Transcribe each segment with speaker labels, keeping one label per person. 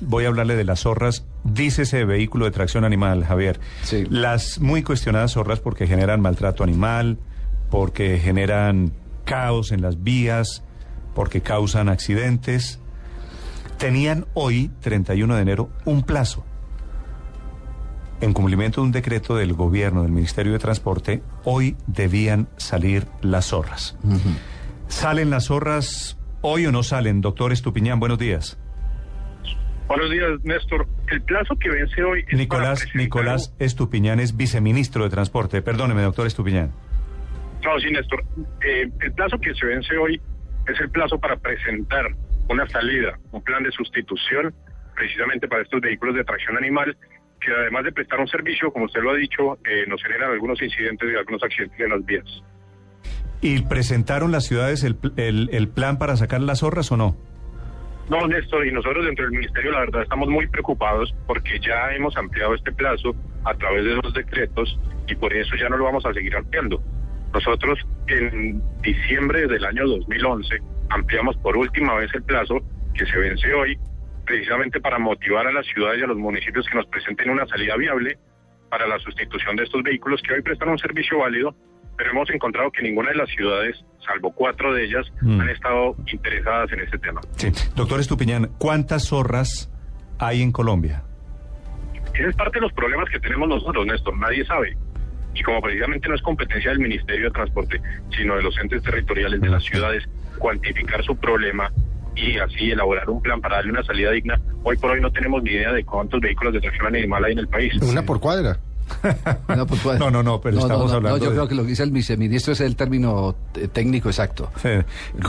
Speaker 1: Voy a hablarle de las zorras, dice ese vehículo de tracción animal, Javier.
Speaker 2: Sí.
Speaker 1: Las muy cuestionadas zorras porque generan maltrato animal, porque generan caos en las vías, porque causan accidentes. Tenían hoy, 31 de enero, un plazo. En cumplimiento de un decreto del gobierno, del Ministerio de Transporte, hoy debían salir las zorras. ¿Salen las zorras hoy o no salen? Doctor Estupiñán, buenos días.
Speaker 3: Buenos días, Néstor. El plazo que vence hoy es
Speaker 1: Nicolás,
Speaker 3: para presentar-
Speaker 1: Nicolás Estupiñán es viceministro de Transporte. Perdóneme, doctor Estupiñán.
Speaker 3: No, sí, Néstor. Eh, el plazo que se vence hoy es el plazo para presentar una salida, un plan de sustitución, precisamente para estos vehículos de tracción animal, que además de prestar un servicio, como usted lo ha dicho, eh, nos generan algunos incidentes y algunos accidentes en las vías.
Speaker 1: ¿Y presentaron las ciudades el, pl- el- el plan para sacar las zorras o no?
Speaker 3: No, Néstor, y nosotros dentro del Ministerio, la verdad, estamos muy preocupados porque ya hemos ampliado este plazo a través de los decretos y por eso ya no lo vamos a seguir ampliando. Nosotros en diciembre del año 2011 ampliamos por última vez el plazo que se vence hoy precisamente para motivar a las ciudades y a los municipios que nos presenten una salida viable para la sustitución de estos vehículos que hoy prestan un servicio válido, pero hemos encontrado que ninguna de las ciudades, salvo cuatro de ellas,
Speaker 1: Mm.
Speaker 3: han estado interesadas en este tema.
Speaker 1: Sí. Doctor Estupiñán, ¿cuántas zorras hay en Colombia?
Speaker 3: Ese es parte de los problemas que tenemos nosotros, Néstor. Nadie sabe. Y como precisamente no es competencia del Ministerio de Transporte, sino de los entes territoriales de las ciudades, cuantificar su problema y así elaborar un plan para darle una salida digna, hoy por hoy no tenemos ni idea de cuántos vehículos de tracción animal hay en el país.
Speaker 2: Una por cuadra. Una por cuadra.
Speaker 1: No, no, no, pero estamos hablando
Speaker 2: pues, No, yo
Speaker 1: de-
Speaker 2: creo que lo que dice el viceministro es el término eh, técnico exacto.
Speaker 1: Sí.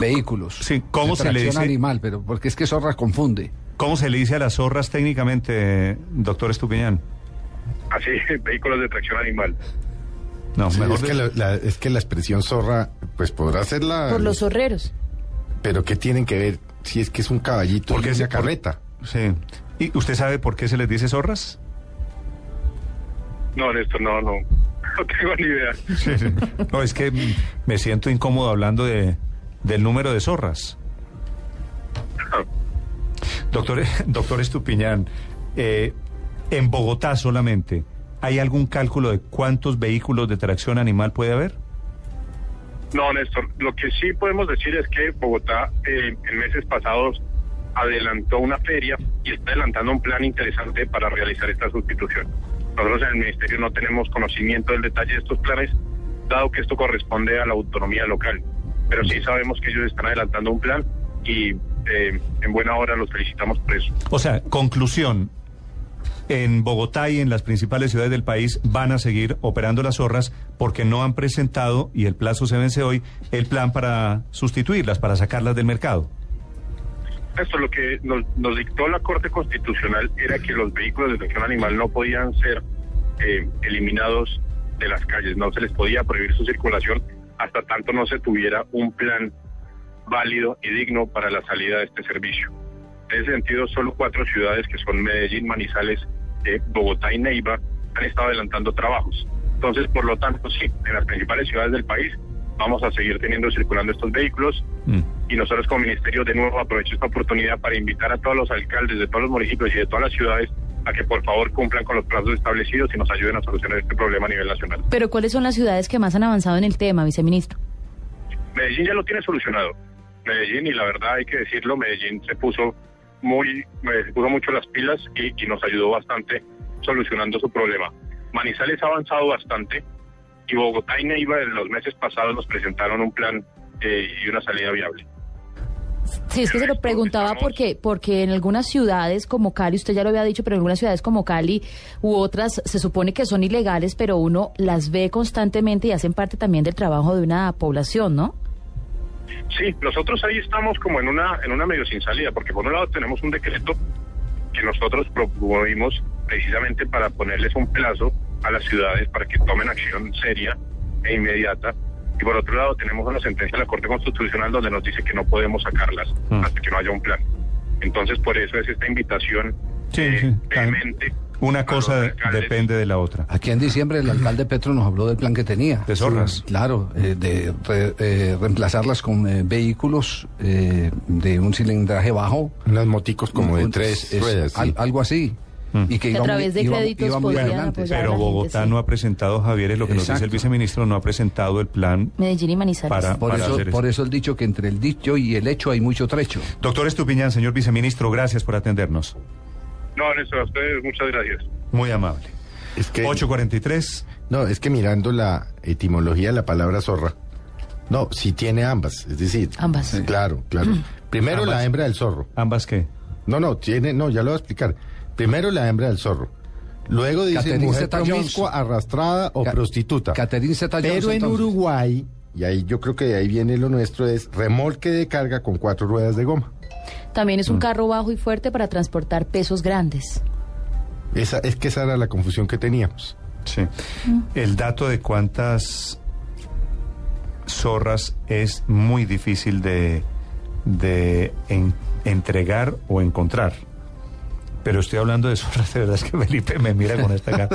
Speaker 2: Vehículos.
Speaker 1: Sí, ¿cómo
Speaker 2: De
Speaker 1: se le
Speaker 2: tracción
Speaker 1: dice?
Speaker 2: animal, pero porque es que zorra confunde.
Speaker 1: ¿Cómo se le dice a las zorras técnicamente, doctor Estupiñán?
Speaker 3: Así, vehículos de tracción animal.
Speaker 1: No,
Speaker 4: Sí,
Speaker 1: mejor
Speaker 4: es, que
Speaker 1: de-
Speaker 4: la, la- es que la expresión zorra, pues podrá ser la...
Speaker 5: Por los zorreros.
Speaker 4: Pero ¿qué tienen que ver si es que es un caballito
Speaker 1: Porque
Speaker 4: y
Speaker 1: es-
Speaker 4: una
Speaker 1: por-
Speaker 4: carreta?
Speaker 1: Sí. ¿Y usted sabe por qué se les dice zorras?
Speaker 3: No, Néstor, no, no. No tengo ni idea.
Speaker 1: No, es que mm, me siento incómodo hablando de, del número de zorras. Doctor, doctor Estupiñán, eh, en Bogotá solamente, ¿hay algún cálculo de cuántos vehículos de tracción animal puede haber?
Speaker 3: No, Néstor, lo que sí podemos decir es que Bogotá eh, en meses pasados adelantó una feria y está adelantando un plan interesante para realizar esta sustitución. Nosotros en el Ministerio no tenemos conocimiento del detalle de estos planes, dado que esto corresponde a la autonomía local. Pero sí sabemos que ellos están adelantando un plan y eh, en buena hora los felicitamos por eso.
Speaker 1: O sea, conclusión, en Bogotá y en las principales ciudades del país van a seguir operando las zorras porque no han presentado, y el plazo se vence hoy, el plan para sustituirlas, para sacarlas del mercado.
Speaker 3: Esto lo que nos, nos dictó la Corte Constitucional era que los vehículos de tracción animal no podían ser eh, eliminados de las calles, no se les podía prohibir su circulación hasta tanto no se tuviera un plan válido y digno para la salida de este servicio. En ese sentido, solo cuatro ciudades, que son Medellín, Manizales, eh, Bogotá y Neiva, han estado adelantando trabajos. Entonces, por lo tanto, sí, en las principales ciudades del país vamos a seguir teniendo circulando estos vehículos
Speaker 1: Mm.
Speaker 3: y nosotros como ministerio de nuevo aprovecho esta oportunidad para invitar a todos los alcaldes de todos los municipios y de todas las ciudades a que por favor cumplan con los plazos establecidos y nos ayuden a solucionar este problema a nivel nacional.
Speaker 5: Pero ¿cuáles son las ciudades que más han avanzado en el tema, viceministro?
Speaker 3: Medellín ya lo tiene solucionado. Medellín, y la verdad hay que decirlo, Medellín se puso muy, eh, se puso mucho las pilas y, y nos ayudó bastante solucionando su problema. Manizales ha avanzado bastante y Bogotá y Neiva en los meses pasados nos presentaron un plan eh, y una salida viable.
Speaker 5: Sí, es que se lo preguntaba porque, porque en algunas ciudades como Cali, usted ya lo había dicho, pero en algunas ciudades como Cali u otras se supone que son ilegales, pero uno las ve constantemente y hacen parte también del trabajo de una población, ¿no?
Speaker 3: Sí, nosotros ahí estamos como en una en una medio sin salida, porque por un lado tenemos un decreto que nosotros promovimos precisamente para ponerles un plazo a las ciudades para que tomen acción seria e inmediata. Y por otro lado, tenemos una sentencia de la Corte Constitucional donde nos dice que no podemos sacarlas
Speaker 1: Mm.
Speaker 3: hasta que no haya un plan. Entonces, por eso es esta invitación
Speaker 1: Sí,
Speaker 3: eh,
Speaker 1: sí.
Speaker 3: vehemente a
Speaker 1: Una
Speaker 3: los
Speaker 1: cosa
Speaker 3: alcaldes.
Speaker 1: depende de la otra.
Speaker 2: Aquí en diciembre el alcalde Petro nos habló del plan que tenía.
Speaker 1: De zorras.
Speaker 2: Sí, Claro, eh, de re- eh, reemplazarlas con eh, vehículos eh, de un cilindraje bajo.
Speaker 4: Unas moticos como de
Speaker 2: Un-
Speaker 4: tres
Speaker 2: es-
Speaker 4: ruedas. sí.
Speaker 2: al- algo así.
Speaker 1: Mm.
Speaker 2: Y que
Speaker 5: Que a
Speaker 2: iba muy-
Speaker 5: través de
Speaker 2: iba-
Speaker 5: créditos
Speaker 2: iba muy
Speaker 5: podían
Speaker 2: adelante.
Speaker 5: apoyar.
Speaker 1: Pero
Speaker 5: la gente,
Speaker 1: Bogotá
Speaker 5: sí.
Speaker 1: no ha presentado, Javier, es lo que nos dice el
Speaker 2: Exacto.
Speaker 1: viceministro, no ha presentado el plan.
Speaker 5: Medellín y Manizales.
Speaker 1: Para-
Speaker 2: Por eso,
Speaker 1: hacer eso.
Speaker 2: por eso el dicho que entre el dicho y el hecho hay mucho trecho.
Speaker 1: Doctor Estupiñán, señor viceministro, gracias por atendernos.
Speaker 3: No, Néstor, a ustedes muchas gracias.
Speaker 1: Muy amable.
Speaker 4: Es que,
Speaker 1: 843.
Speaker 4: No, es que mirando la etimología de la palabra zorra, no, sí tiene ambas, es decir.
Speaker 5: Ambas. Mm. Sí.
Speaker 4: Claro, claro. Primero
Speaker 1: Ambas.
Speaker 4: la hembra del zorro.
Speaker 1: ¿Ambas qué?
Speaker 4: No, no, tiene, no, ya lo voy a explicar. Primero la hembra del zorro. Luego dice
Speaker 2: Catherine
Speaker 4: mujer
Speaker 2: Zeta-Jones.
Speaker 4: promiscua, arrastrada o
Speaker 2: Ca-
Speaker 4: prostituta.
Speaker 2: Catherine Zeta-Jones,
Speaker 4: Pero en
Speaker 2: entonces.
Speaker 4: Uruguay, y ahí yo creo que de ahí viene lo nuestro, es remolque de carga con cuatro ruedas de goma.
Speaker 5: También es
Speaker 4: Mm.
Speaker 5: un carro bajo y fuerte para transportar pesos grandes.
Speaker 4: Esa, es que esa era la confusión que teníamos.
Speaker 1: Sí. El dato de cuántas zorras es muy difícil de, de en- entregar o encontrar. Pero estoy hablando de zorras, de verdad es que Felipe me mira con esta cara.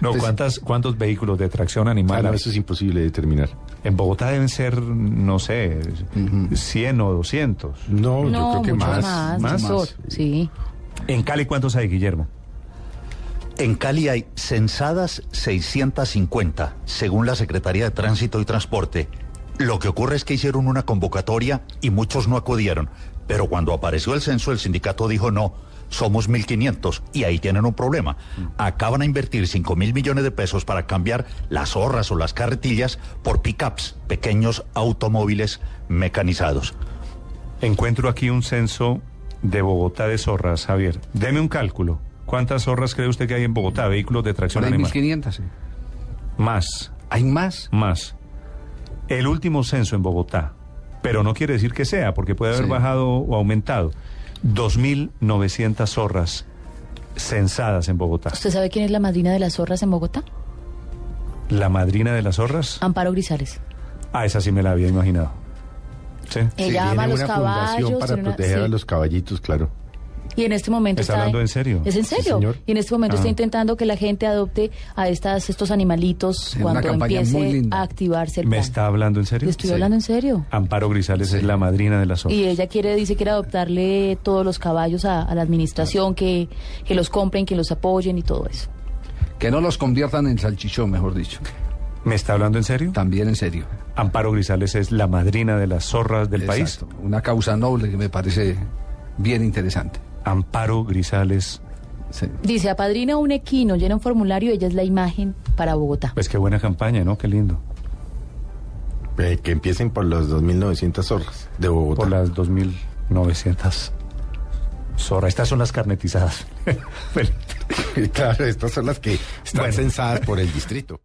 Speaker 1: no,
Speaker 4: pues-
Speaker 1: ¿cuántas, ¿cuántos vehículos de tracción animal
Speaker 4: Ah, no,
Speaker 1: hay?
Speaker 4: eso es imposible determinar.
Speaker 1: En Bogotá deben ser, no sé, 100 o 200.
Speaker 4: No, Oh, yo creo
Speaker 5: no,
Speaker 4: que
Speaker 5: mucho
Speaker 4: más.
Speaker 5: más,
Speaker 1: más.
Speaker 5: profesor. Sí.
Speaker 1: ¿En Cali cuántos hay, Guillermo?
Speaker 6: En Cali hay censadas 650, según la Secretaría de Tránsito y Transporte. Lo que ocurre es que hicieron una convocatoria y muchos no acudieron. Pero cuando apareció el censo, el sindicato dijo no. Somos 1.500 y ahí tienen un problema. Acaban a invertir 5 mil millones de pesos para cambiar las zorras o las carretillas por pickups, pequeños automóviles mecanizados.
Speaker 1: Encuentro aquí un censo de Bogotá de zorras, Javier. Deme un cálculo. ¿Cuántas zorras cree usted que hay en Bogotá? Vehículos de tracción
Speaker 2: Por ahí
Speaker 1: animal.
Speaker 2: 1500. sí.
Speaker 1: Más,
Speaker 2: ¿Hay más?
Speaker 1: más. El último censo en Bogotá, pero no quiere decir que sea, porque puede haber
Speaker 2: Sí.
Speaker 1: bajado o aumentado. 2.900 zorras censadas en Bogotá.
Speaker 5: ¿Usted sabe quién es la madrina de las zorras en Bogotá?
Speaker 1: ¿La madrina de las zorras?
Speaker 5: Amparo Grisales.
Speaker 1: Ah, esa sí me la había imaginado. ¿Sí?
Speaker 4: Sí,
Speaker 5: Ella ama
Speaker 4: tiene
Speaker 5: a los
Speaker 4: una
Speaker 5: caballos.
Speaker 4: fundación para
Speaker 5: tiene una-
Speaker 4: proteger a
Speaker 5: sí.
Speaker 4: los caballitos, claro.
Speaker 5: Y en este momento
Speaker 1: ¿Está
Speaker 5: está,
Speaker 1: hablando en serio?
Speaker 5: Es en
Speaker 4: Sí,
Speaker 5: serio.
Speaker 4: señor.
Speaker 5: Y en este momento está
Speaker 1: Ah.
Speaker 5: intentando que la gente adopte a estas estos animalitos
Speaker 2: una
Speaker 5: cuando
Speaker 2: campaña muy
Speaker 5: empiece
Speaker 2: linda.
Speaker 5: a activarse el
Speaker 1: ¿Me
Speaker 5: plan.
Speaker 1: está hablando en
Speaker 5: Le
Speaker 1: serio?
Speaker 5: estoy hablando en serio.
Speaker 1: Amparo Grisales es la madrina de las zorras.
Speaker 5: Y ella quiere dice quiere adoptarle todos los caballos a, a la administración que, que los compren, que los apoyen y todo eso.
Speaker 2: Que no los conviertan en salchichón, mejor dicho.
Speaker 1: ¿Me está hablando en serio?
Speaker 2: También en serio.
Speaker 1: Amparo Grisales es la madrina de las zorras del
Speaker 2: Exacto. Una causa noble que me parece bien interesante.
Speaker 1: país. Amparo Grisales.
Speaker 2: Sí.
Speaker 5: Dice, apadrina un equino, llena un formulario, ella es la imagen para Bogotá.
Speaker 1: Pues qué buena campaña, ¿no? Qué lindo.
Speaker 4: Eh, que empiecen por las 2.900 zorras de Bogotá.
Speaker 1: Por las 2.900 zorras. Estas son las carnetizadas. Felipe.
Speaker 4: claro, estas son las que están
Speaker 1: Bueno.
Speaker 4: censadas por el distrito.